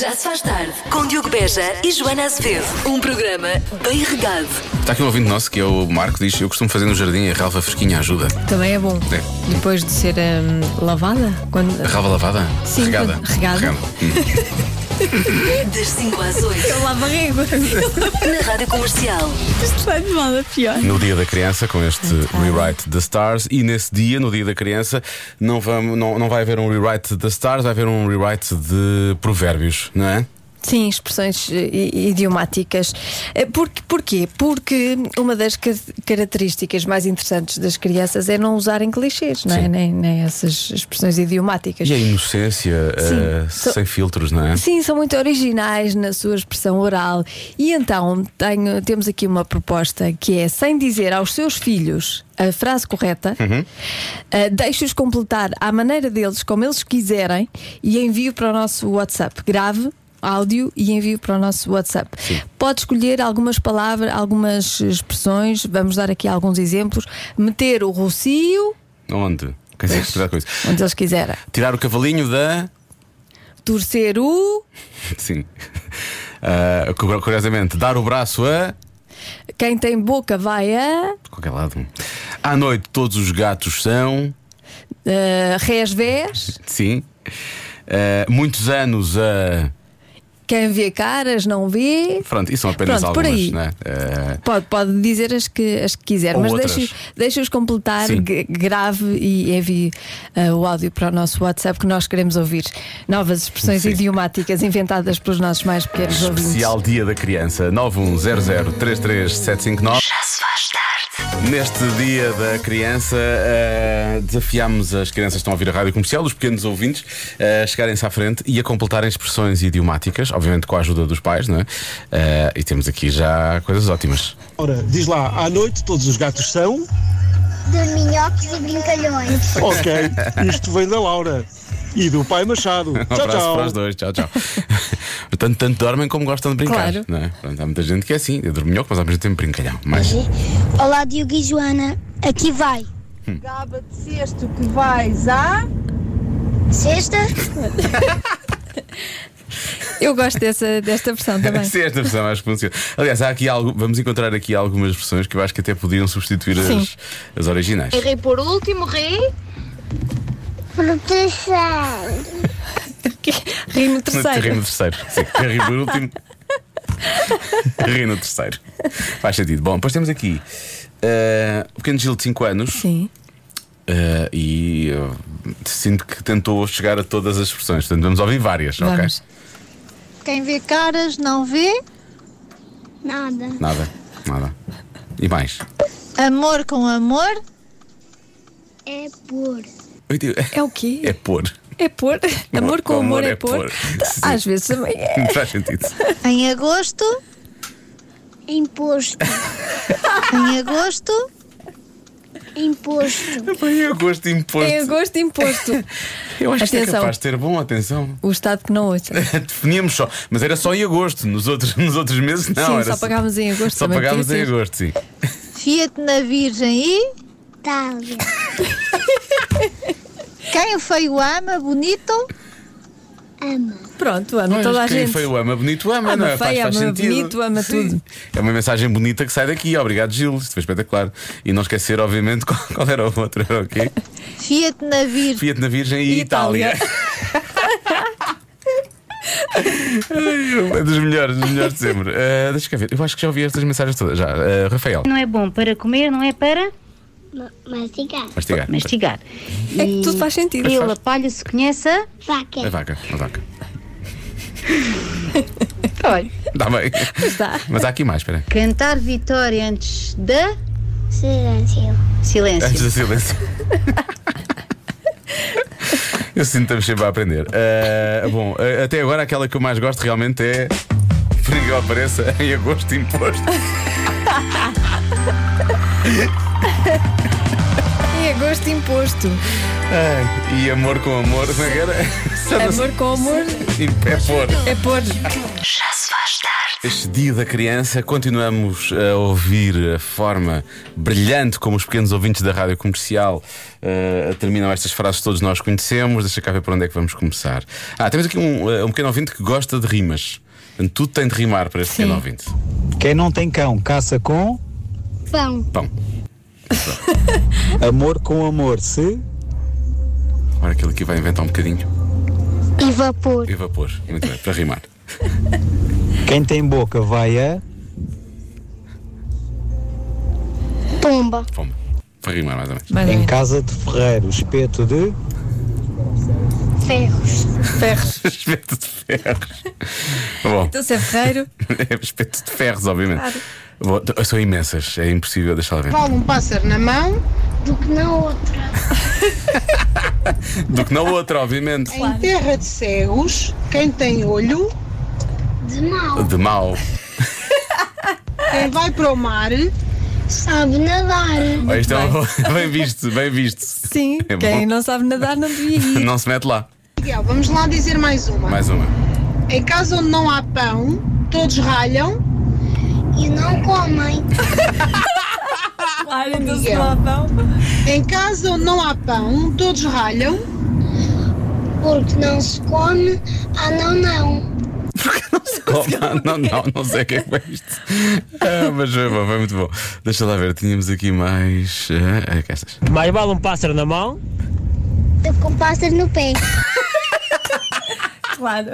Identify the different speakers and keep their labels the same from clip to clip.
Speaker 1: Já se faz tarde com Diogo Beja e Joana Azevedo. Um programa bem regado.
Speaker 2: Está aqui um ouvinte nosso que é o Marco, diz: Eu costumo fazer no jardim a ralva fresquinha ajuda.
Speaker 3: Também é bom.
Speaker 2: É.
Speaker 3: Depois de ser hum, lavada? Quando...
Speaker 2: A ralva lavada?
Speaker 3: Sim,
Speaker 2: regada.
Speaker 3: regada.
Speaker 2: Hum.
Speaker 1: Das 5 às 8
Speaker 3: Eu lavo a régua.
Speaker 1: na Rádio Comercial.
Speaker 3: Isto vai de mal a pior.
Speaker 2: No dia da criança, com este rewrite The Stars, e nesse dia, no dia da criança, não, vamos, não, não vai haver um rewrite The Stars, vai haver um rewrite de provérbios, não é?
Speaker 3: Sim, expressões eh, i- idiomáticas. Eh, Porque, porquê? Porque uma das ca- características mais interessantes das crianças é não usarem clichês, não é?
Speaker 2: Sim.
Speaker 3: nem, nem essas expressões idiomáticas.
Speaker 2: E é a inocência eh,
Speaker 3: Sim.
Speaker 2: sem filtros, não é?
Speaker 3: Sim, são muito originais na sua expressão oral. E então tenho- temos aqui uma proposta que é: sem dizer aos seus filhos a frase correta,
Speaker 2: Uhum.
Speaker 3: ah, deixe-os completar à maneira deles, como eles quiserem, e envio para o nosso WhatsApp. Grave. Áudio e envio para o nosso WhatsApp. Pode escolher algumas palavras, algumas expressões, vamos dar aqui alguns exemplos. Meter o rocio
Speaker 2: Onde? Quer dizer, cuidado com isso.
Speaker 3: onde eles quiserem.
Speaker 2: Tirar o cavalinho da.
Speaker 3: Torcer o.
Speaker 2: Sim. Ah, cu- curiosamente, dar o braço a.
Speaker 3: Quem tem boca vai a.
Speaker 2: De qualquer lado. À noite, todos os gatos são.
Speaker 3: Uh, resvés,
Speaker 2: Sim. Ah, muitos anos a.
Speaker 3: quem vê caras não vê.
Speaker 2: Pronto, isso são apenas
Speaker 3: Pronto, por
Speaker 2: algumas,
Speaker 3: aí.
Speaker 2: né? Ah,
Speaker 3: Pode, pode dizer as que, as que quiser,
Speaker 2: Ou
Speaker 3: mas
Speaker 2: outras.
Speaker 3: deixa- deixa-os completar,
Speaker 2: Sim.
Speaker 3: g- grave e envie uh, o áudio para o nosso WhatsApp que nós queremos ouvir. Novas expressões
Speaker 2: Sim.
Speaker 3: idiomáticas inventadas pelos nossos mais pequenos
Speaker 2: Especial Dia da Criança, 910033759.
Speaker 1: Já se faz tarde.
Speaker 2: Neste Dia da Criança, ah, desafiámos as crianças que estão a ouvir a rádio comercial, os pequenos ouvintes, a chegarem-se à frente e a completarem expressões idiomáticas, obviamente com a ajuda dos pais, não é? Ah, e temos aqui já coisas ótimas.
Speaker 4: Ora, diz lá, à noite todos os gatos são.
Speaker 5: Dorminhocos e brincalhões.
Speaker 4: Ok, isto vem da Laura e do pai Machado.
Speaker 2: Um
Speaker 4: Tchau,
Speaker 2: abraço
Speaker 4: tchau.
Speaker 2: para os dois, tchau, tchau. Portanto, tanto dormem como gostam de brincar.
Speaker 3: Claro.
Speaker 2: não é? Portanto, há muita gente que é assim, é dorminhoco, mas ao mesmo tempo brincalhão. Mas
Speaker 5: Olá, Diogo e Joana. Aqui vai.
Speaker 6: Gaba de cesto que vais à.
Speaker 5: Sexta,
Speaker 3: ouvintes. Eu gosto dessa, desta versão também.
Speaker 2: Sim, é esta versão acho que funciona. Aliás, há aqui algo, vamos encontrar aqui algumas versões que eu acho que até podiam substituir
Speaker 3: Sim.
Speaker 2: as, as originais.
Speaker 6: Rei por último, rei.
Speaker 5: proteção.
Speaker 3: Ri no
Speaker 2: No
Speaker 3: terceiro.
Speaker 2: Ri no terceiro. Sim, ri por último. ri no terceiro. Faz sentido. Bom, depois temos aqui eh, o pequeno Gil de 5 anos
Speaker 3: Sim.
Speaker 2: eh, e eu sinto que tentou chegar a todas as versões. Portanto, vamos ouvir várias,
Speaker 3: Vamos.
Speaker 2: ok?
Speaker 6: Quem vê caras não vê.
Speaker 5: Nada.
Speaker 2: Nada, nada. E mais.
Speaker 6: Amor com amor.
Speaker 5: É por.
Speaker 2: Eu digo-
Speaker 3: É o quê?
Speaker 2: É pôr.
Speaker 3: É, pôr. Amor com amor, é, pôr.
Speaker 2: Sim.
Speaker 3: Às vezes também é.
Speaker 2: Não faz sentido.
Speaker 6: Em agosto.
Speaker 5: Imposto.
Speaker 6: Em agosto.
Speaker 5: Imposto.
Speaker 2: Em agosto imposto.
Speaker 3: Em agosto é imposto.
Speaker 2: Eu acho que é
Speaker 3: Atenção.
Speaker 2: capaz de ter bom, atenção.
Speaker 3: O Estado que não ouça.
Speaker 2: Definíamos só, mas era só em agosto, nos outros, nos outros meses não.
Speaker 3: Sim,
Speaker 2: era
Speaker 3: só pagávamos em agosto,
Speaker 2: Só
Speaker 3: também
Speaker 2: pagávamos
Speaker 3: podia
Speaker 2: em
Speaker 3: ser.
Speaker 2: agosto, sim.
Speaker 6: Fia-te na Virgem e.
Speaker 5: Itália.
Speaker 6: Quem o feio ama, bonito.
Speaker 5: Ama.
Speaker 3: Pronto, amo toda a
Speaker 2: Mas quem
Speaker 3: gente.
Speaker 2: feio ama, bonito ama,
Speaker 3: Ama
Speaker 2: não é? faz,
Speaker 3: feio,
Speaker 2: faz
Speaker 3: ama
Speaker 2: sentido.
Speaker 3: bonito, ama
Speaker 2: Sim.
Speaker 3: tudo.
Speaker 2: É uma mensagem bonita que sai daqui. Obrigado, Gil. Isto foi espetacular. E não esquecer, obviamente, qual, qual era o outro. Era o quê?
Speaker 6: Fia-te na Virgem.
Speaker 2: Fiat na Virgem e,
Speaker 3: E Itália.
Speaker 2: Itália. É dos melhores, dos melhores de sempre. Eh, deixa cá ver. Eu acho que já ouvi estas mensagens todas. Já. Eh, Rafael,
Speaker 7: Não é bom para comer, não é para
Speaker 5: Ma- Mastigar.
Speaker 2: mastigar.
Speaker 7: mastigar.
Speaker 3: É que tudo faz sentido.
Speaker 7: Pelo palha se conhece a.
Speaker 5: Vaca.
Speaker 2: A vaca, a vaca.
Speaker 7: Olha.
Speaker 2: Está bem.
Speaker 3: Está.
Speaker 2: Mas há aqui mais, espera.
Speaker 7: Cantar vitória antes da
Speaker 5: Silêncio.
Speaker 2: Antes
Speaker 7: silêncio.
Speaker 2: do silêncio. Eu sinto que estamos sempre a aprender. Ah, bom, ah, até agora aquela que eu mais gosto realmente é. Por que apareça em agosto imposto.
Speaker 3: Em agosto imposto.
Speaker 2: Ai, e amor com amor, não é que era?
Speaker 3: Amor com amor
Speaker 2: É por.
Speaker 3: é pôr.
Speaker 1: Já se faz tarde.
Speaker 2: Este dia da criança, continuamos a ouvir a forma brilhante como os pequenos ouvintes da rádio comercial eh, terminam estas frases que todos nós conhecemos. Deixa cá ver por onde é que vamos começar. Ah, temos aqui um, eh, um pequeno ouvinte que gosta de rimas. Portanto, Tudo tem de rimar para este
Speaker 3: Sim.
Speaker 2: pequeno ouvinte.
Speaker 4: Quem não tem cão, caça com
Speaker 5: Pão.
Speaker 2: Pão.
Speaker 4: amor com amor. Se
Speaker 2: Agora aquele aqui vai inventar um bocadinho.
Speaker 5: E vapor.
Speaker 2: E vapor. Muito bem, para rimar.
Speaker 4: quem tem boca vai a.
Speaker 5: Pomba.
Speaker 2: Pomba. Para rimar, mais ou menos.
Speaker 3: Mas,
Speaker 4: Em casa de ferreiro, espeto de.
Speaker 5: Ferros.
Speaker 3: ferros.
Speaker 2: Espeto de ferros. Bom.
Speaker 3: Então, se é ferreiro,
Speaker 2: É espeto de ferros, obviamente. Bom, t- são imensas, é impossível deixá-la ver.
Speaker 8: Vale um pássaro na mão,
Speaker 5: Do que na outra.
Speaker 2: Do que na outra, obviamente.
Speaker 8: em terra de cegos, quem tem olho,
Speaker 5: De mal.
Speaker 2: De mau.
Speaker 8: quem vai para o mar,
Speaker 5: Sabe nadar.
Speaker 2: Olha, Isto é um- bem visto, bem visto.
Speaker 3: sim.
Speaker 2: É
Speaker 3: Quem
Speaker 2: bom.
Speaker 3: não sabe nadar não devia ir.
Speaker 2: Não se mete lá.
Speaker 8: Miguel, vamos lá dizer mais uma.
Speaker 2: Mais uma.
Speaker 8: Em casa onde não há pão, todos ralham,
Speaker 5: E não comem.
Speaker 3: Claro, então se
Speaker 8: Miguel.
Speaker 3: não há pão.
Speaker 8: em casa onde não há pão, todos ralham,
Speaker 5: Porque não se come. Ah, não, não.
Speaker 2: Oh, não, não, não sei o que é que foi isto. Ah, mas foi bom, foi muito bom. Deixa lá ver, tínhamos aqui mais. ah, ah, que estas.
Speaker 4: Mais vale um pássaro na mão.
Speaker 5: Do que um pássaro no pé.
Speaker 3: Claro.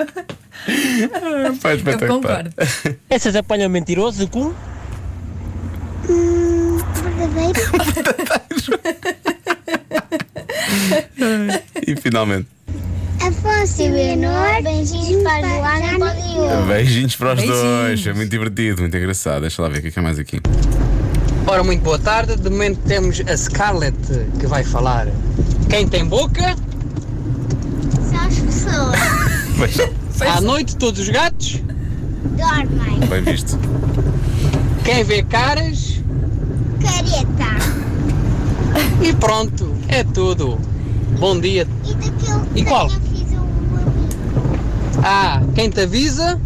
Speaker 2: Foi
Speaker 3: Eu
Speaker 2: espetacular.
Speaker 3: concordo.
Speaker 4: Essas apanham mentiroso com.
Speaker 5: Verdadeiro.
Speaker 2: E finalmente,
Speaker 5: A fossa menor. Beijinhos para o ar e para o Diogo.
Speaker 2: beijinhos para os
Speaker 3: Beijinhos.
Speaker 2: dois. É muito divertido, muito engraçado. Deixa lá ver, o que é que é mais aqui?
Speaker 9: Ora, muito boa tarde. De momento temos a Scarlett que vai falar. Quem tem boca,
Speaker 5: Só as pessoas
Speaker 2: Beijo.
Speaker 9: à noite todos os gatos.
Speaker 5: dormem.
Speaker 2: Bem visto.
Speaker 9: Quem vê caras.
Speaker 5: Careta.
Speaker 9: E pronto, é tudo. Bom dia.
Speaker 5: E daquele que
Speaker 9: E qual?
Speaker 5: eu fiz um amigo.
Speaker 9: Ah, quem te avisa,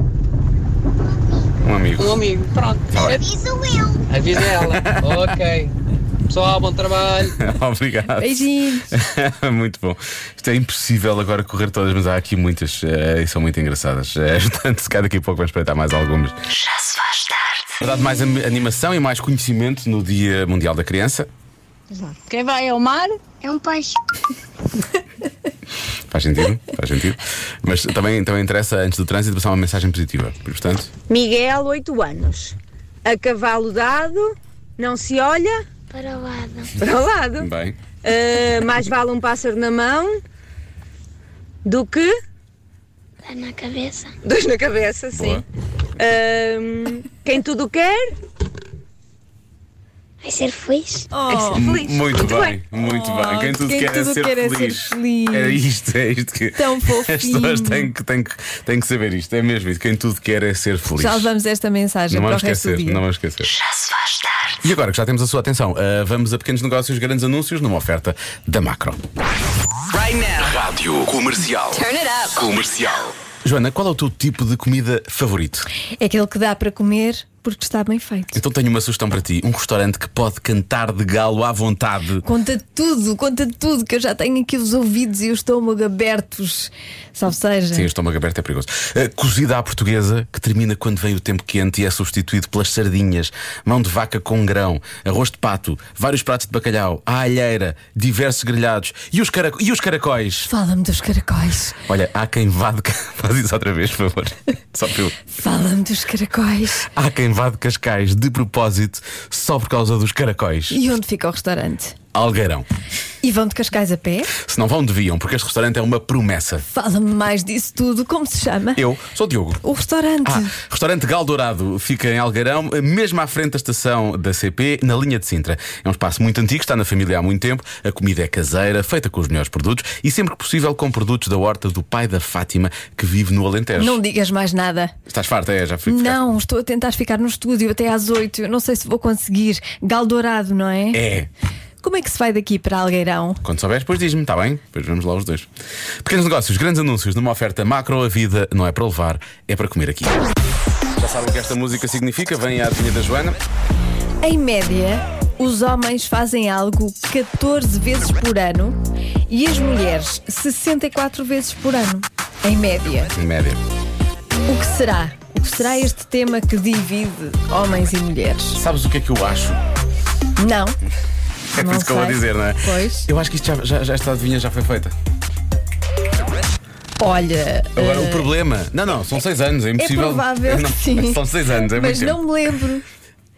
Speaker 2: Um amigo.
Speaker 9: um amigo. Pronto, é-
Speaker 5: Fiz o eu.
Speaker 9: avisa ela. ok. Pessoal, bom trabalho.
Speaker 2: Obrigado.
Speaker 3: Beijinho.
Speaker 2: muito bom. Isto é impossível agora correr todas, mas há aqui muitas eh, e são muito engraçadas. Eh, portanto, se cá daqui a pouco vai espreitar mais algumas.
Speaker 1: Já se faz tarde.
Speaker 2: Dado mais am- animação e mais conhecimento no Dia Mundial da Criança.
Speaker 8: quem vai ao mar,
Speaker 5: É um peixe.
Speaker 2: Faz sentido, faz sentido. Mas também, também interessa, antes do trânsito, passar uma mensagem positiva. Portanto,
Speaker 10: Miguel, 8 anos. A cavalo dado, não se olha
Speaker 5: Para o lado.
Speaker 10: para o lado.
Speaker 2: bem.
Speaker 11: Eh,
Speaker 10: Ah, mais vale um pássaro na mão do que
Speaker 5: Dá na cabeça.
Speaker 10: dois na cabeça, sim.
Speaker 2: Boa.
Speaker 11: Ehm,
Speaker 10: Ah, quem tudo quer
Speaker 5: Vai ser feliz?
Speaker 10: é ser
Speaker 3: Oh,
Speaker 10: feliz.
Speaker 2: Muito bem, muito
Speaker 3: Oh,
Speaker 2: bem. Quem tudo
Speaker 3: quem
Speaker 2: quer, é,
Speaker 3: tudo
Speaker 2: ser
Speaker 3: quer é ser
Speaker 2: feliz.
Speaker 3: feliz.
Speaker 2: É isto, é isto que
Speaker 3: Tão
Speaker 2: as pessoas
Speaker 3: fofinho.
Speaker 2: têm que, têm, que, têm que saber isto. É mesmo isso. Quem tudo quer é ser feliz.
Speaker 3: Já levamos esta mensagem
Speaker 2: Não
Speaker 3: para
Speaker 2: vamos
Speaker 3: o resto do
Speaker 2: esquecer,
Speaker 3: dia.
Speaker 2: não vamos esquecer.
Speaker 1: Já se faz tarde.
Speaker 2: E agora que já temos a sua atenção, ah, vamos a pequenos negócios, grandes anúncios numa oferta da Macro.
Speaker 1: Right now.
Speaker 2: Rádio Comercial.
Speaker 1: Turn it up.
Speaker 2: Comercial. Joana, qual é o teu tipo de comida favorito?
Speaker 3: É aquele que dá para comer porque está bem feito.
Speaker 2: Então tenho uma sugestão para ti: um restaurante que pode cantar de galo à vontade.
Speaker 3: Conta tudo, conta tudo, que eu já tenho aqui os ouvidos e o estômago abertos. Salve seja.
Speaker 2: Sim, o estômago aberto é perigoso. Ah, cozida à portuguesa, que termina quando vem o tempo quente e é substituído pelas sardinhas, mão de vaca com grão, arroz de pato, vários pratos de bacalhau, a alheira, diversos grelhados e os, caraco- e os caracóis.
Speaker 3: Fala-me dos caracóis.
Speaker 2: Olha, há quem vá de. Faz isso outra vez, por favor. Só para eu.
Speaker 3: Fala-me dos caracóis.
Speaker 2: Há quem vá de Cascais de propósito só por causa dos caracóis.
Speaker 3: E onde fica o restaurante?
Speaker 2: Algueirão.
Speaker 3: E vão de Cascais a pé?
Speaker 2: Se não vão, deviam, porque este restaurante é uma promessa.
Speaker 3: Fala-me mais disso tudo. Como se chama?
Speaker 2: Eu sou o Diogo.
Speaker 3: O restaurante.
Speaker 2: Ah, restaurante Gal Dourado fica em Algarão, mesmo à frente da estação da CP, na linha de Sintra. É um espaço muito antigo, está na família há muito tempo. A comida é caseira, feita com os melhores produtos e sempre que possível com produtos da horta do pai da Fátima, que vive no Alentejo.
Speaker 3: Não digas mais nada.
Speaker 2: Estás farta, é? Já fui
Speaker 3: Não, estou a tentar ficar no estúdio até às 8. Eu não sei se vou conseguir. Gal Dourado, não é?
Speaker 2: É.
Speaker 3: Como é que se vai daqui para Algueirão?
Speaker 2: Quando souberes, depois diz-me, está bem? Depois vamos lá os dois. Pequenos negócios, grandes anúncios, numa oferta macro, a vida não é para levar, é para comer aqui. Já sabem o que esta música significa, vem a adivinha da Joana.
Speaker 3: Em média, os homens fazem algo 14 vezes por ano e as mulheres 64 vezes por ano. Em média.
Speaker 2: Em média.
Speaker 3: O que será? O que será este tema que divide homens e mulheres?
Speaker 2: Sabes o que é que eu acho?
Speaker 3: Não.
Speaker 2: É por
Speaker 3: Não
Speaker 2: isso que eu vou
Speaker 3: sei.
Speaker 2: dizer, não é?
Speaker 3: Pois.
Speaker 2: Eu acho que isto já, já- já esta adivinha já foi feita.
Speaker 3: Olha.
Speaker 2: Agora,
Speaker 3: eh,
Speaker 2: o problema. Não, não, são seis anos, é impossível.
Speaker 3: provável
Speaker 2: Não,
Speaker 3: que sim.
Speaker 2: São seis anos, é
Speaker 3: mas
Speaker 2: muito
Speaker 3: não
Speaker 2: tempo.
Speaker 3: me lembro.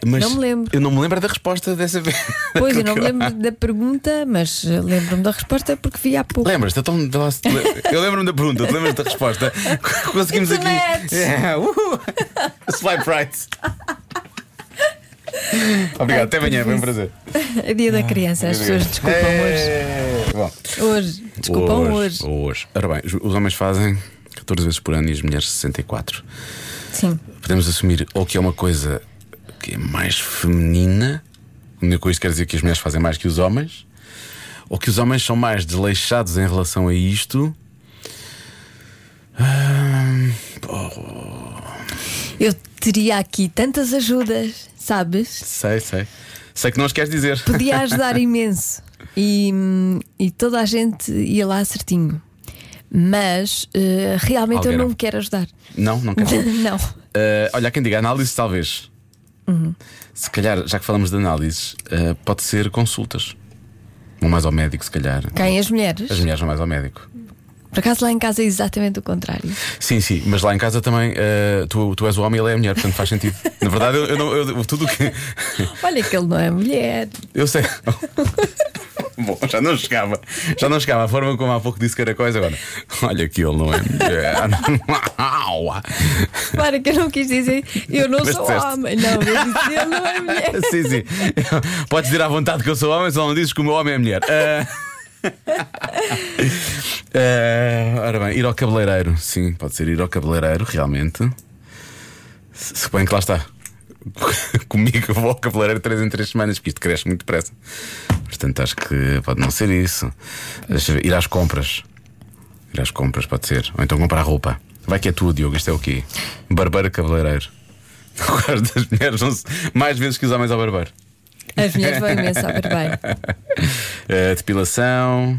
Speaker 2: Mas
Speaker 3: não me lembro.
Speaker 2: Eu não me lembro da resposta dessa vez.
Speaker 3: Pois, eu não me
Speaker 2: Porque
Speaker 3: lembro da pergunta, mas eh, lembro-me da resposta porque vi há pouco.
Speaker 2: Lembras-te? Então, vê lá se te lem- eu lembro-me da pergunta, tu lembras da resposta? Conseguimos
Speaker 3: It's a match.
Speaker 2: aqui. É, uh, swipe right. Obrigado, até amanhã, foi um prazer.
Speaker 3: Dia da criança, as pessoas desculpam hoje.
Speaker 2: hoje. É, Bom,
Speaker 3: Hoje, desculpam É. hoje.
Speaker 2: Hoje. Ora bem, os homens fazem 14 vezes por ano e as mulheres 64.
Speaker 3: Sim.
Speaker 2: podemos assumir ou que é uma coisa que é mais feminina, e com isto quer dizer que as mulheres fazem mais que os homens, ou que os homens são mais desleixados em relação a isto. Ah,
Speaker 3: Eu teria aqui tantas ajudas, sabes?
Speaker 2: sei, sei. Sei que não os queres dizer.
Speaker 3: Podia ajudar imenso. E, hum, e toda a gente ia lá certinho. Mas eh, realmente
Speaker 2: Alguém
Speaker 3: eu não
Speaker 2: não.
Speaker 3: me quero ajudar.
Speaker 2: não, não quero.
Speaker 3: não.
Speaker 2: Ah, olha, há quem diga análise, talvez. Se calhar, já que falamos de análises, ah, pode ser consultas. Vão mais ao médico, se calhar.
Speaker 3: Quem? As mulheres?
Speaker 2: As mulheres vão mais ao médico.
Speaker 3: Por acaso lá em casa é exatamente o contrário.
Speaker 2: Sim, sim, mas lá em casa também eh, tu, tu és o homem e ele é a mulher, portanto faz sentido. Na verdade, eu, eu não- eu- tudo o que.
Speaker 3: Olha que ele não é mulher.
Speaker 2: Eu sei. Bom, já não chegava. Já não chegava. A forma como há pouco disse que era coisa agora. Olha que ele não é mulher. Au.
Speaker 3: Claro que eu não quis dizer eu não
Speaker 2: Mas
Speaker 3: sou
Speaker 2: disseste.
Speaker 3: homem. Não, eu disse ele não é mulher.
Speaker 2: sim, sim. Podes dizer à vontade que eu sou homem, só não dizes que o meu homem é mulher. Ah. Ah, ora bem, ir ao cabeleireiro. Sim, pode ser ir ao cabeleireiro, realmente. Se se bem que lá está. Comigo eu vou ao cabeleireiro 3 em 3 semanas, porque isto cresce muito depressa. Portanto, acho que pode não ser isso. Deixa eu ver, ir às compras. Ir às compras, pode ser. Ou então comprar roupa. Vai que é tu, Diogo, isto é o quê? Barbeiro cabeleireiro. O caso das mulheres vão mais vezes que os homens ao barbeiro.
Speaker 3: As mulheres vão imenso ao barbeiro.
Speaker 2: Eh, depilação.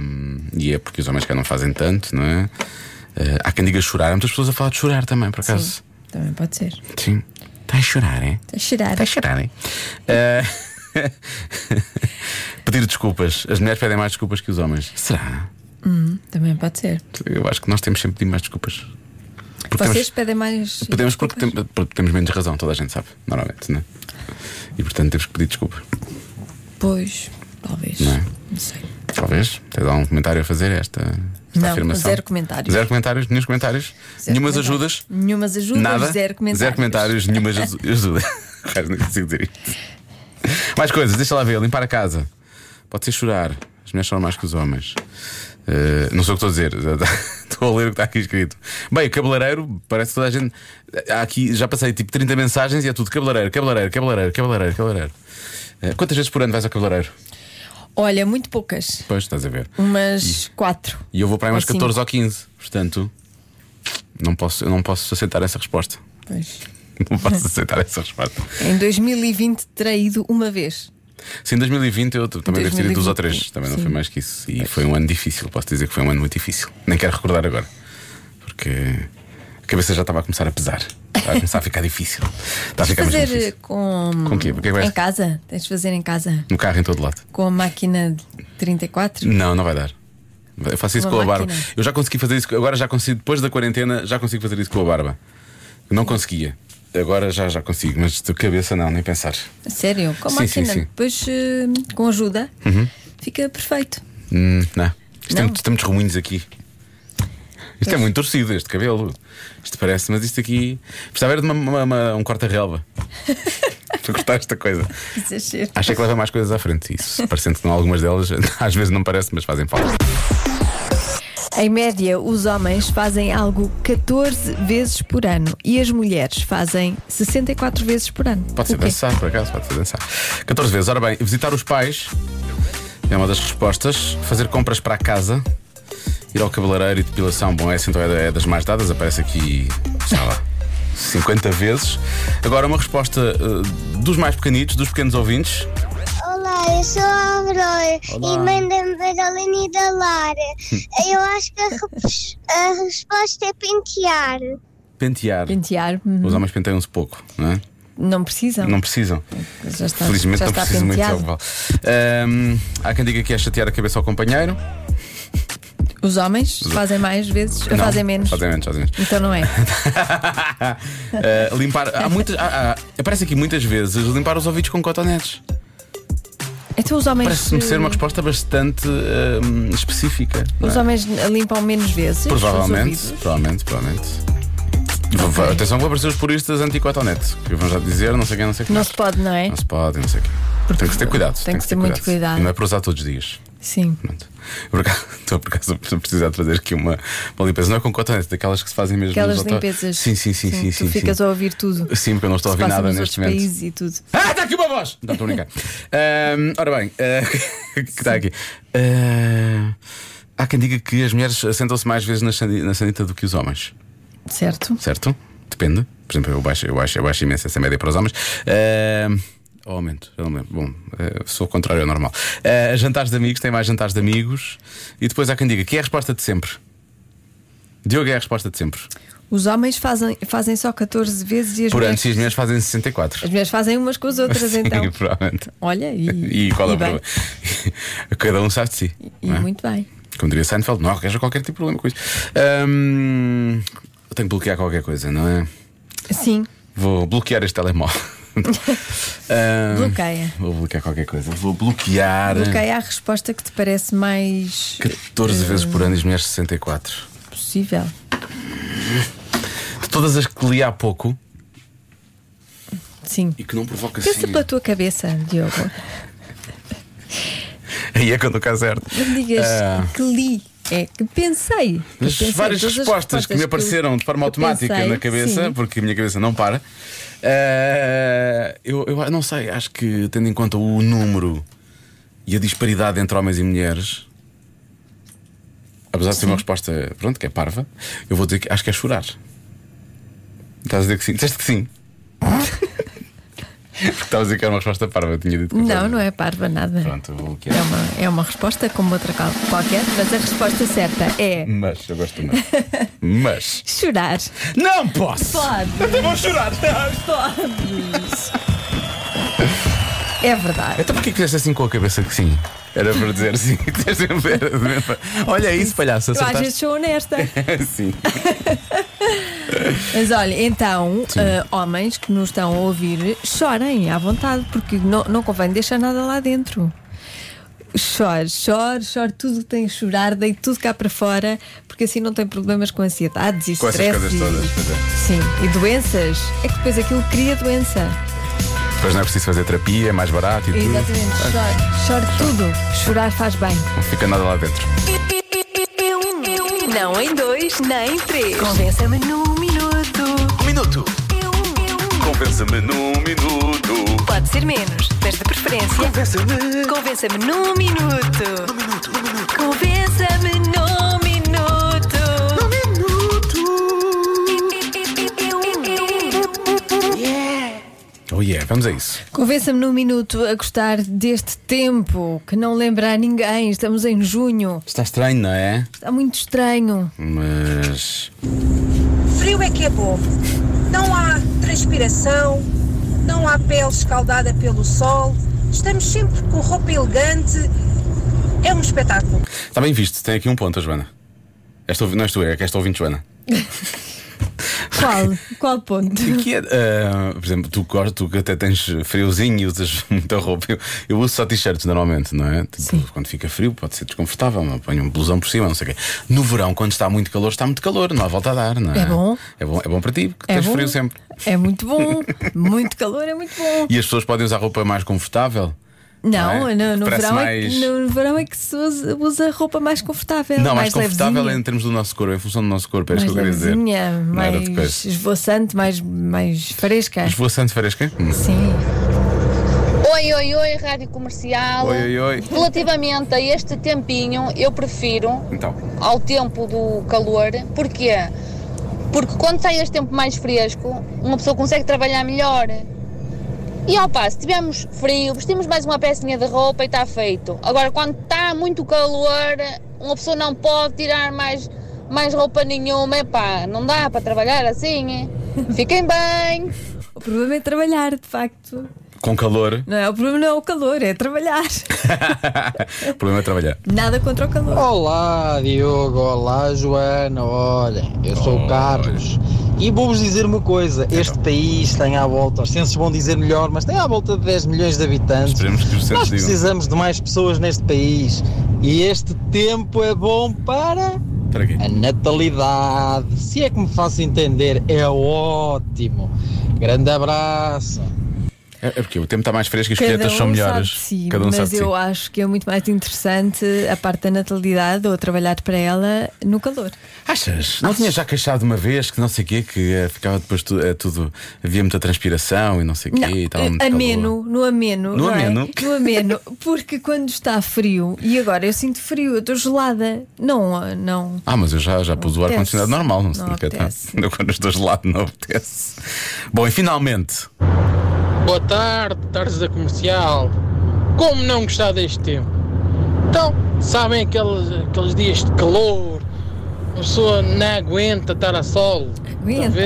Speaker 2: hum, e é porque os homens cá não fazem tanto, não é? Eh, há quem diga chorar, há muitas pessoas a falar de chorar também, por acaso.
Speaker 3: Também pode ser.
Speaker 2: Sim. Está a chorar, é?
Speaker 3: A cheirar.
Speaker 2: Está a chorar, é? Eh, Pedir desculpas. As mulheres pedem mais desculpas que os homens. Será?
Speaker 3: Hum, também pode ser.
Speaker 2: Eu acho que nós temos sempre de pedir mais desculpas. Porque temos-
Speaker 3: Vocês pedem mais.
Speaker 2: Podemos porque, tem- porque temos menos razão, toda a gente sabe, normalmente, não é? E portanto temos que pedir desculpa.
Speaker 3: Pois, talvez.
Speaker 2: Não é?
Speaker 3: Não sei.
Speaker 2: Talvez. Tens algum comentário a fazer a esta, esta
Speaker 3: Não,
Speaker 2: afirmação?
Speaker 3: zero comentários.
Speaker 2: Zero comentários, nenhum comentários,
Speaker 3: Zero
Speaker 2: nenhumas
Speaker 3: comentários.
Speaker 2: ajudas,
Speaker 3: Nenhumas ajudas,
Speaker 2: nada.
Speaker 3: zero comentários.
Speaker 2: nenhumas azu- ajuda. Quase não consigo dizer isto. Mais coisas, deixa lá ver, limpar a casa. Pode ser chorar. As mulheres choram mais que os homens. Eh, não sei o que estou a dizer, tá- estou a ler o que está aqui escrito. Bem, o cabeleireiro, parece que toda a gente. Há aqui, já passei tipo 30 mensagens e é tudo cabeleireiro, cabeleireiro, cabeleireiro, cabeleireiro, cabeleireiro. Eh, quantas vezes por ano vais ao cabeleireiro?
Speaker 3: Olha, muito poucas.
Speaker 2: Pois, estás a ver.
Speaker 3: Umas quatro.
Speaker 2: E eu vou para aí umas
Speaker 3: Ou cinco.
Speaker 2: 14 ou 15. Portanto, não posso, eu não posso aceitar essa resposta.
Speaker 3: Pois.
Speaker 2: Não posso aceitar essa resposta.
Speaker 3: Em 2020 terei ido uma vez.
Speaker 2: Sim, em 2020 eu t- também devo ter ido dos ou
Speaker 3: 2020,
Speaker 2: três. Também não
Speaker 3: sim.
Speaker 2: foi mais que isso. E foi um ano difícil. Posso dizer que foi um ano muito difícil. Nem quero recordar agora. Porque a cabeça já estava a começar a pesar. Estava a começar a ficar difícil. Está a ficar é mais
Speaker 3: fazer eh,
Speaker 2: difícil.
Speaker 3: com.
Speaker 2: Com o quê? O que é que vais-
Speaker 3: em casa. Tens de fazer em casa.
Speaker 2: No carro em todo lado.
Speaker 3: Com a máquina de 34.
Speaker 2: Não, não vai dar. Eu faço isso
Speaker 3: Uma
Speaker 2: com a barba.
Speaker 3: máquina.
Speaker 2: Eu já consegui fazer isso, agora já consigo, depois da quarentena, já consigo fazer isso com a barba. Não conseguia. Agora já, já consigo, mas de cabeça não, nem pensar.
Speaker 3: A Sério, com a
Speaker 2: Sim,
Speaker 3: máquina.
Speaker 2: sim, Uhum. sim.
Speaker 3: Depois, eh, com ajuda, fica perfeito.
Speaker 2: Hum, não. Isto é
Speaker 3: Não?
Speaker 2: muito- estamos ruins aqui. Isto é muito torcido, este cabelo. Isto parece, mas isto aqui. Precisava era de uma- uma- uma- um corta-relva. Para cortar esta coisa.
Speaker 3: Exagero.
Speaker 2: Acho é que leva mais coisas à frente. Isso, parecendo que não algumas delas, às vezes não parece, mas fazem falta.
Speaker 3: Em média, os homens fazem algo 14 vezes por ano e as mulheres fazem 64 vezes por ano.
Speaker 2: Pode ser
Speaker 3: O é quê?
Speaker 2: dançar, por acaso, pode ser dançar. 14 vezes. Ora bem, visitar os pais é uma das respostas. Fazer compras para a casa, ir ao cabeleireiro e depilação. Bom, essa então é da- é das mais dadas. Aparece aqui, sei lá, 50 vezes. Agora, uma resposta eh, dos mais pequenitos, dos pequenos ouvintes.
Speaker 5: Olá, eu sou a Aurora e manda-me para a Leni da Lara. Eu acho que a, repos- a resposta é pentear.
Speaker 2: Pentear.
Speaker 3: Pentear. uhum.
Speaker 2: Os homens penteiam-se pouco, não é?
Speaker 3: Não precisam.
Speaker 2: Não precisam.
Speaker 3: Então, Já está-
Speaker 2: Felizmente
Speaker 3: já
Speaker 2: não
Speaker 3: está
Speaker 2: preciso muito é de
Speaker 3: penteado.
Speaker 2: algo vale. Ahm, Há quem diga que é chatear a cabeça ao companheiro.
Speaker 3: Os homens fazem mais vezes, ou
Speaker 2: Não,
Speaker 3: Então fazem menos.
Speaker 2: Fazem menos, fazem menos.
Speaker 3: Então não é.
Speaker 2: Ah, limpar. Há muitas. há- há- aparece aqui muitas vezes limpar os ouvidos com cotonetes.
Speaker 3: Então os homens.
Speaker 2: Parece-me ser uma resposta bastante ahm, específica. não
Speaker 3: Os
Speaker 2: é?
Speaker 3: homens limpam menos vezes. os
Speaker 2: Provavelmente,
Speaker 3: ouvidos?
Speaker 2: provavelmente, provavelmente. Vou- vou- Atenção que vão aparecer os puristas anti-cotonete, que vão já dizer, não sei quem, não sei quem.
Speaker 3: Não se pode, não é?
Speaker 2: Não se pode, não sei o quê. tem que se ter cuidado.
Speaker 3: tem que ter muito cuidado.
Speaker 2: E não é para usar todos os dias.
Speaker 3: Sim.
Speaker 2: Pronto. Por acaso- Estou por acaso a precisar de fazer aqui uma, uma limpeza. Não é com cotonete, daquelas que se fazem mesmo.
Speaker 3: Aquelas
Speaker 2: nos auto-
Speaker 3: limpezas.
Speaker 2: Sim, sim, sim, sim.
Speaker 3: tu
Speaker 2: sim,
Speaker 3: ficas
Speaker 2: sim.
Speaker 3: a ouvir tudo.
Speaker 2: Sim, porque eu não estou a ouvir
Speaker 3: Se passa
Speaker 2: nada
Speaker 3: nos
Speaker 2: neste
Speaker 3: outros
Speaker 2: momento.
Speaker 3: países e tudo.
Speaker 2: Ah, está aqui uma voz! Não, estou a brincar. Ahm, ora bem, ah, que está aqui. Ah, há quem diga que as mulheres sentam-se mais vezes na sandi- na sanita do que os homens.
Speaker 3: Certo.
Speaker 2: certo? Depende. Por exemplo, eu baixo, eu baixo, eu baixo imenso essa média para os homens. Ah, ou aumento, eu não me lembro. Bom, ah, sou o contrário, é normal. Ah, jantares de amigos, tem mais jantares de amigos. E depois há quem diga que é a resposta de sempre. Diogo é a resposta de sempre.
Speaker 3: Os homens fazem, fazem só 14 vezes e as
Speaker 2: Por
Speaker 3: mulheres.
Speaker 2: antes e as mulheres fazem 64.
Speaker 3: As mulheres fazem umas com as outras,
Speaker 2: Sim,
Speaker 3: então.
Speaker 2: provavelmente.
Speaker 3: Olha, e.
Speaker 2: E qual é
Speaker 3: e
Speaker 2: o
Speaker 3: bem.
Speaker 2: problema? Cada um sabe de si.
Speaker 3: E
Speaker 2: não é?
Speaker 3: muito bem.
Speaker 2: Como diria Seinfeld, não arranja qualquer tipo de problema com isso. Ahm, eu tenho que bloquear qualquer coisa, não é?
Speaker 3: Sim,
Speaker 2: Vou bloquear este telemóvel. Ahm,
Speaker 3: bloqueia.
Speaker 2: Vou bloquear qualquer coisa. Vou bloquear
Speaker 3: Bloqueia a resposta que te parece mais
Speaker 2: 14 vezes por ano e as mulheres 64.
Speaker 3: possível.
Speaker 2: De todas as que li há pouco
Speaker 3: Sim.
Speaker 2: e que não provoca
Speaker 3: Pensa
Speaker 2: assim.
Speaker 3: pela tua cabeça, Diogo.
Speaker 2: Aí é quando o caso é certo.
Speaker 3: Não digas
Speaker 2: Ah.
Speaker 3: que li, é que pensei. Que
Speaker 2: As
Speaker 3: pensei,
Speaker 2: várias
Speaker 3: todas as
Speaker 2: respostas que me apareceram de forma
Speaker 3: que
Speaker 2: automática
Speaker 3: pensei,
Speaker 2: na cabeça,
Speaker 3: sim.
Speaker 2: porque a minha cabeça não para. Ah, eu, eu não sei, acho que tendo em conta o número e a disparidade entre homens e mulheres, apesar de ser uma resposta pronto, que é parva, eu vou dizer que acho que é chorar. Estás a dizer que sim? Disseste que sim. Porque estavas a dizer que era uma resposta parva, eu tinha dito que
Speaker 3: Não, não é parva nada.
Speaker 2: Pronto, eu vou bloquear.
Speaker 3: É uma, é uma resposta como outra qual- qualquer, mas a resposta certa é
Speaker 2: Mas, eu gosto mais. Mas.
Speaker 3: chorar.
Speaker 2: Não posso!
Speaker 3: Pode,
Speaker 2: Eu vou chorar!
Speaker 3: podes. É verdade.
Speaker 2: Então porquê que fizeste assim com a cabeça que sim? Era para dizer sim. Disseste mesmo- era mesmo para- assim. Olha isso, palhaço,
Speaker 3: Eu às
Speaker 2: acertaste.
Speaker 3: vezes sou honesta.
Speaker 2: sim.
Speaker 3: Mas olha, então, eh, homens que nos estão a ouvir, chorem à vontade, porque não, não convém deixar nada lá dentro. Chore, chore, chore tudo o que tem a chorar, dei tudo cá para fora, porque assim não tem problemas com ansiedades e
Speaker 2: Com essas
Speaker 3: stress.
Speaker 2: coisas
Speaker 3: e-
Speaker 2: todas, pois é.
Speaker 3: Sim, e doenças. É que depois aquilo cria doença.
Speaker 2: Depois não é preciso fazer terapia, é mais barato e tudo.
Speaker 3: Exatamente, chore, chore tudo. Chorar faz bem.
Speaker 2: Não fica nada lá dentro.
Speaker 1: Não em dois, nem em três. Convença-me num minuto.
Speaker 2: Um minuto. Compensa-me num minuto.
Speaker 1: Pode ser menos, mas de preferência.
Speaker 2: Compensa-me.
Speaker 1: Convença-me num minuto.
Speaker 2: minuto, um minuto.
Speaker 1: Convença-me num minuto. Num minuto.
Speaker 2: Oh yeah, vamos a isso.
Speaker 3: Convença-me num minuto a gostar deste tempo que não lembra a ninguém. Estamos em junho,
Speaker 2: Está estranho, não é?
Speaker 3: está muito estranho.
Speaker 2: Mas.
Speaker 11: Frio é que é bom. Não há transpiração, não há pele escaldada pelo sol. Estamos sempre com roupa elegante. É um espetáculo.
Speaker 2: Está bem visto, tem aqui um ponto, a Joana. Esta, ouvi- não és tu, é que esta ouvinte, Joana.
Speaker 3: Qual? Qual ponto?
Speaker 2: Que é, ah, por exemplo, tu, gostas- tu que até tens friozinho e usas muita roupa. Eu, eu uso só t-shirts normalmente, não é? Tipo, quando fica frio pode ser desconfortável, mas ponho um blusão por cima, não sei o quê. No verão, quando está muito calor, está muito calor, não há volta a dar, não é?
Speaker 3: É bom.
Speaker 2: É bom, é bom para ti, porque
Speaker 3: É
Speaker 2: tens
Speaker 3: bom.
Speaker 2: frio sempre.
Speaker 3: É muito bom. Muito calor é muito bom.
Speaker 2: E as pessoas podem usar roupa mais confortável?
Speaker 3: Não,
Speaker 2: Não é?
Speaker 3: no, no
Speaker 2: Parece
Speaker 3: verão é
Speaker 2: mais-
Speaker 3: que, no verão é que se usa, usa roupa É mais confortável.
Speaker 2: não, mais, confortável
Speaker 3: levezinha.
Speaker 2: em termos do nosso corpo, em função do nosso corpo, é isso que
Speaker 3: mais
Speaker 2: eu queria dizer.
Speaker 3: levezinha,
Speaker 2: Não era de
Speaker 3: mais
Speaker 2: coisa.
Speaker 3: esvoaçante, mais, mais fresca.
Speaker 2: Esvoaçante fresca? Hum.
Speaker 3: Sim.
Speaker 12: Oi, oi, oi, Rádio Comercial.
Speaker 2: Oi, oi, oi.
Speaker 12: Relativamente a este tempinho, eu prefiro
Speaker 2: Então.
Speaker 12: ao tempo do calor. Porquê? Porque quando sai este tempo mais fresco, uma pessoa consegue trabalhar melhor. E ao passo, tivemos frio, vestimos mais uma pecinha de roupa e está feito. Agora, quando está muito calor, uma pessoa não pode tirar mais, mais roupa nenhuma. Epá, não dá para trabalhar assim. hein? Fiquem bem.
Speaker 3: O problema é trabalhar, de facto.
Speaker 2: Com calor.
Speaker 3: Não é o problema, não é o calor, é trabalhar.
Speaker 2: o problema é trabalhar.
Speaker 3: Nada contra o calor.
Speaker 13: Olá, Diogo. Olá, Joana. Olhem, eu sou o Carlos. E vou-vos dizer uma coisa:
Speaker 2: Então.
Speaker 13: este país tem à volta, os censos vão dizer melhor, mas tem à volta de 10 milhões de habitantes.
Speaker 2: Esperemos que os censos
Speaker 13: Nós
Speaker 2: digam.
Speaker 13: precisamos de mais pessoas neste país. E este tempo é bom para.
Speaker 2: Para quê?
Speaker 13: A natalidade. Se é que me faço entender, é ótimo. Grande abraço.
Speaker 2: É é porque o tempo está mais fresco e as colheitas são melhores.
Speaker 3: Sabe de si,
Speaker 2: Cada um
Speaker 3: mas
Speaker 2: sabe de si.
Speaker 3: eu acho que é muito mais interessante a parte da natalidade ou trabalhar para ela no calor.
Speaker 2: Achas? Não tinha já queixado uma vez que não sei o quê, que eh, ficava depois tu- eh, tudo. Havia muita transpiração e não sei o quê.
Speaker 3: Não, eh,
Speaker 2: e estava muito tá calor.
Speaker 3: ameno, no ameno,
Speaker 2: No
Speaker 3: não é?
Speaker 2: ameno.
Speaker 3: no ameno, porque quando está frio e agora eu sinto frio, eu estou gelada, não, não.
Speaker 2: Ah, mas eu já, já pus o
Speaker 3: apetece.
Speaker 2: ar-condicionado normal, não, se
Speaker 3: Não
Speaker 2: não quer, tá?
Speaker 3: apetece.
Speaker 2: Eu Quando estou gelado, não apetece. Bom, e finalmente.
Speaker 14: Boa tarde, tardes da comercial. Como não gostar deste tempo? Então, sabem aqueles, aqueles dias de calor, a pessoa não aguenta estar a sol. Aguenta,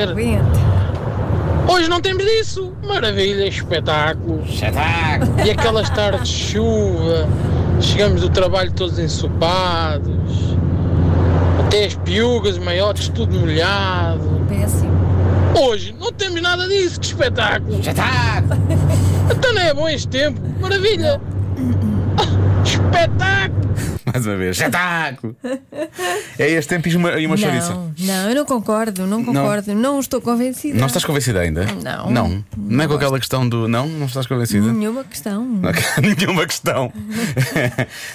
Speaker 14: Hoje não temos disso. Maravilha, espetáculo. Espetáculo. E aquelas tardes de chuva, chegamos do trabalho todos ensopados, até as piugas maiores, tudo molhado.
Speaker 3: É assim.
Speaker 14: Hoje não temos nada disso, que espetáculo! Espetáculo! Então não é bom este tempo, maravilha! Ah, espetáculo!
Speaker 2: Mais uma vez. Espetáculo! É este tempo e uma, e uma chouriça.
Speaker 3: não, não, eu não concordo, não concordo, não, estou convencida.
Speaker 2: Não estás convencida ainda?
Speaker 3: Não.
Speaker 2: Não, não é com aquela questão do não? Não estás convencida?
Speaker 3: Nenhuma questão.
Speaker 2: Não há Nenhuma questão.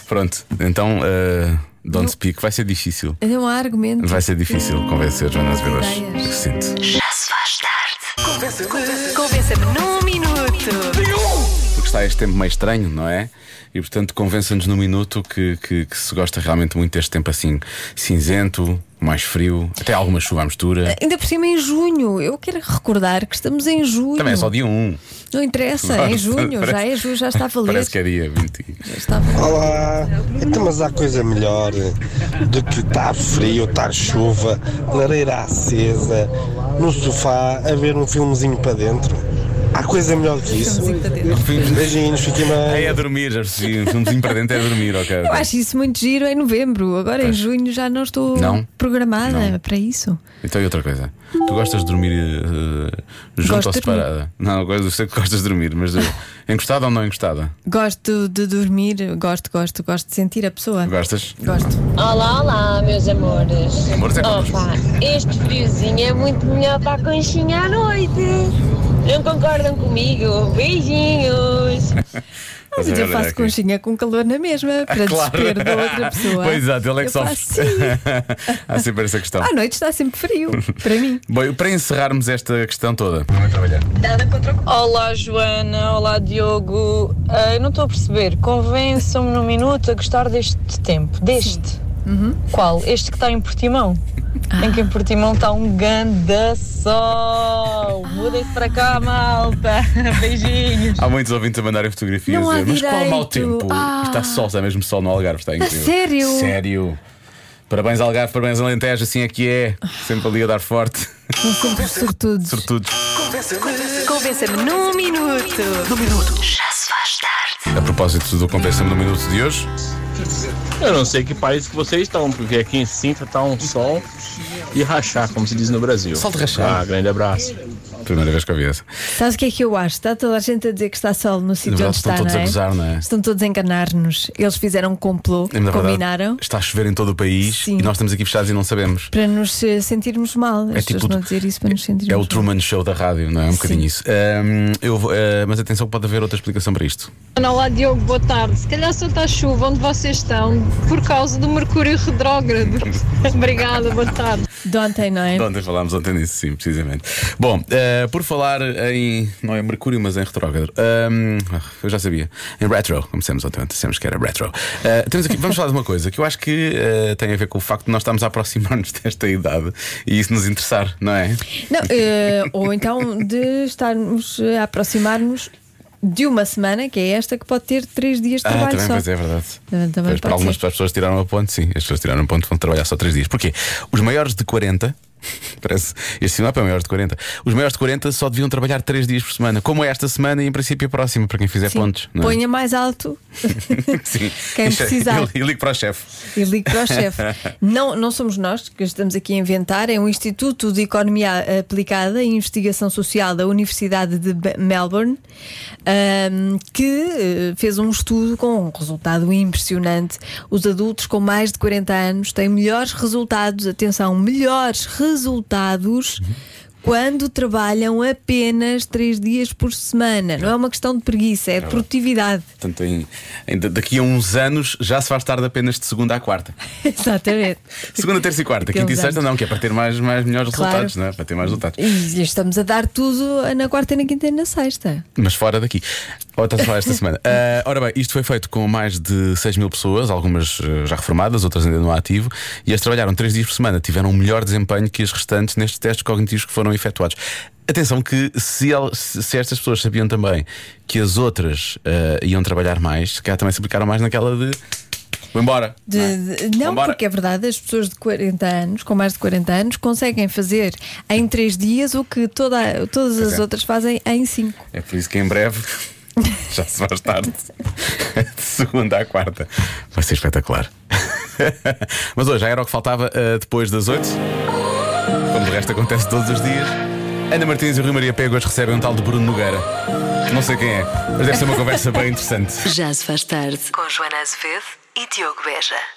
Speaker 2: Pronto, então eh, Don't Speak vai ser difícil.
Speaker 3: Não há É um argumento.
Speaker 2: Vai ser difícil convencer Joana Azevedo.
Speaker 3: Ideias.
Speaker 2: Eu Sinto.
Speaker 1: Já se faz tarde. Convença-me. Convença-me num minuto.
Speaker 2: Porque está este tempo meio estranho, não é? E portanto convença-nos num minuto que, que- que se gosta realmente muito deste tempo assim cinzento, mais frio, até alguma chuva à mistura.
Speaker 1: Eh,
Speaker 3: Ainda por cima em junho, eu quero recordar que estamos em junho.
Speaker 2: Também é só dia 1.
Speaker 3: Não interessa, é em junho, já é junho, já está a valer.
Speaker 2: Parece que é dia 20.
Speaker 15: Olá! Então, mas há coisa melhor do que estar frio, estar chuva, lareira acesa, no sofá, a ver um filmezinho para dentro. Há coisa melhor que isso. Beijinhos, fiquem bem.
Speaker 2: É a dormir, já percebi. Um filmezinho para dentro é a dormir, ok.
Speaker 3: Eu acho isso muito giro em novembro, agora em junho já não estou
Speaker 2: Não?
Speaker 3: programada
Speaker 2: Não.
Speaker 3: para isso.
Speaker 2: Então e outra coisa? Tu gostas de dormir eh, junto
Speaker 3: Gosto
Speaker 2: ou
Speaker 3: de dormir.
Speaker 2: separada? Não, eu gosto- eu sei que gostas de dormir, mas eh, encostada ou não encostada?
Speaker 3: Gosto de dormir, gosto, gosto, gosto de sentir a pessoa.
Speaker 2: Gostas?
Speaker 3: Gosto.
Speaker 16: Olá, olá, meus amores.
Speaker 2: Amores é connosco.
Speaker 16: Opa, este friozinho é muito melhor para a conchinha à noite. Não concordam comigo? Beijinhos.
Speaker 2: é,
Speaker 3: Mas eu faço conchinha com calor na mesma, para desespero da outra pessoa.
Speaker 2: Ah, Pois exato, ele é
Speaker 3: Eu
Speaker 2: que sofre.
Speaker 3: faço
Speaker 2: Há sempre essa questão.
Speaker 3: À noite está sempre frio, para mim.
Speaker 2: Bom, para encerrarmos esta questão toda.
Speaker 17: Olá Joana, olá Diogo. Ah, eu não estou a perceber. Convençam-me num minuto a gostar deste tempo. Deste. Qual? Este que está em Portimão. Em que em Portimão está um ganda sol. Mudem-se para cá, malta. Beijinhos.
Speaker 2: Há muitos ouvintes a mandarem fotografias
Speaker 17: Não há
Speaker 2: dizer, mas qual o mau
Speaker 17: direito.
Speaker 2: tempo?
Speaker 17: Ah.
Speaker 2: Está sol, está mesmo sol no Algarve, está incrível.
Speaker 3: sério?
Speaker 2: Sério. Parabéns Algarve, parabéns Alentejo, assim é que é. Sempre ali a dar forte.
Speaker 3: São sempre sortudos.
Speaker 2: Sobretudo.
Speaker 1: Convença-me num minuto. Num minuto. Já se faz tarde.
Speaker 2: A propósito do Compensa-me no Minuto de hoje.
Speaker 18: Eu não sei que país que vocês estão, porque aqui em Sintra tá um sol e rachar, como se diz no Brasil.
Speaker 2: Sol de rachar.
Speaker 18: Ah, grande abraço.
Speaker 2: Primeira vez que ouvi essa.
Speaker 3: Sabes o que é que eu acho? Está toda a gente a dizer que está sol no sítio
Speaker 2: verdade,
Speaker 3: onde
Speaker 2: estão
Speaker 3: está,
Speaker 2: todos
Speaker 3: não é?
Speaker 2: a gozar, não é?
Speaker 3: Estão todos a enganar-nos. Eles fizeram um complô,
Speaker 2: Na verdade,
Speaker 3: combinaram
Speaker 2: Está a chover em todo o país e nós estamos aqui fechados e não sabemos.
Speaker 3: para nos eh, sentirmos mal.
Speaker 2: É
Speaker 3: As pessoas
Speaker 2: tipo-
Speaker 3: não dizer isso para nos sentirmos
Speaker 2: É o
Speaker 3: mal.
Speaker 2: Truman Show da rádio, não é? Um bocadinho isso. Ahm, eu vou- ah, mas atenção, pode haver outra explicação para isto.
Speaker 19: Olá Diogo, boa tarde. Se calhar só está chuva onde vocês estão por causa do mercúrio retrógrado. Obrigada, boa tarde.
Speaker 3: De ontem, não é?
Speaker 2: De ontem falámos ontem nisso, sim, precisamente. Bom, eh, por falar em. Não é Mercúrio, mas em retrógrado. Ahm, ah, eu já sabia. Em retro, começamos ontem, ontem dissemos que era retro. Eh, temos aqui, vamos falar de uma coisa que eu acho que eh, tem a ver com o facto de nós estamos a aproximar-nos desta idade e isso nos interessar, não é?
Speaker 3: Não, eh, ou então de estarmos eh, a aproximar-nos de uma semana, que é esta, que pode ter três dias de
Speaker 2: ah,
Speaker 3: trabalho
Speaker 2: também,
Speaker 3: só.
Speaker 2: pois é, é verdade.
Speaker 3: Também- também
Speaker 2: Pois, para
Speaker 3: pode
Speaker 2: algumas
Speaker 3: ser.
Speaker 2: para as pessoas tiraram a ponte, sim. As pessoas tiraram a ponte vão trabalhar só 3 dias. Porquê? Os maiores de 40. Parece, este mapa é maior de 40. Os maiores de 40 só deviam trabalhar 3 dias por semana, como é esta semana e em princípio a próxima, para quem fizer
Speaker 3: Sim.
Speaker 2: pontos. não é?
Speaker 3: Ponha mais alto
Speaker 2: Sim.
Speaker 3: quem
Speaker 2: E che-
Speaker 3: precisar.
Speaker 2: E ligo para o chefe.
Speaker 3: e ligue para o chefe. Não, não somos nós que estamos aqui a inventar, é um Instituto de Economia eh, Aplicada e Investigação Social da Universidade de Be- Melbourne ahm, que eh, fez um estudo com um resultado impressionante. Os adultos com mais de 40 anos têm melhores resultados, atenção, melhores resultados. Quando trabalham apenas três dias por semana. Não é uma questão de preguiça, é de
Speaker 2: verdade.
Speaker 3: produtividade.
Speaker 2: Portanto, em- em- daqui a uns anos já se faz tarde apenas de segunda à quarta.
Speaker 3: Exatamente.
Speaker 2: Segunda, terça e quarta,
Speaker 3: Daqui a
Speaker 2: quinta e
Speaker 3: uns
Speaker 2: sexta,
Speaker 3: anos.
Speaker 2: não, que é para ter mais, mais melhores
Speaker 3: Claro.
Speaker 2: resultados, não é? Para ter mais resultados.
Speaker 3: E estamos a dar tudo na quarta, na quinta e na sexta.
Speaker 2: Mas fora daqui. Outra só esta semana. Ah, ora bem, isto foi feito com mais de 6 mil pessoas, algumas eh, já reformadas, outras ainda no ativo, e as trabalharam 3 dias por semana, tiveram um melhor desempenho que as restantes nestes testes cognitivos que foram efetuados. Atenção que se, el- se- se estas pessoas sabiam também que as outras eh, iam trabalhar mais, se calhar também se aplicaram mais naquela de vou embora. é?
Speaker 3: De- de- não,
Speaker 2: Vambora.
Speaker 3: porque é verdade, as pessoas de 40 anos, com mais de 40 anos, conseguem fazer em 3 dias o que toda- todas
Speaker 2: Pois
Speaker 3: as
Speaker 2: é.
Speaker 3: outras fazem em 5.
Speaker 2: É por isso que em breve já se faz tarde. De segunda à quarta. Vai ser espetacular. Mas hoje já era o que faltava eh, depois das oito. Como de resto acontece todos os dias. Ana Martins e Rui Maria Pegas recebem um tal de Bruno Nogueira. Não sei quem é, mas deve ser uma conversa bem interessante.
Speaker 1: Já se faz tarde com Joana Azevedo e Diogo Beja.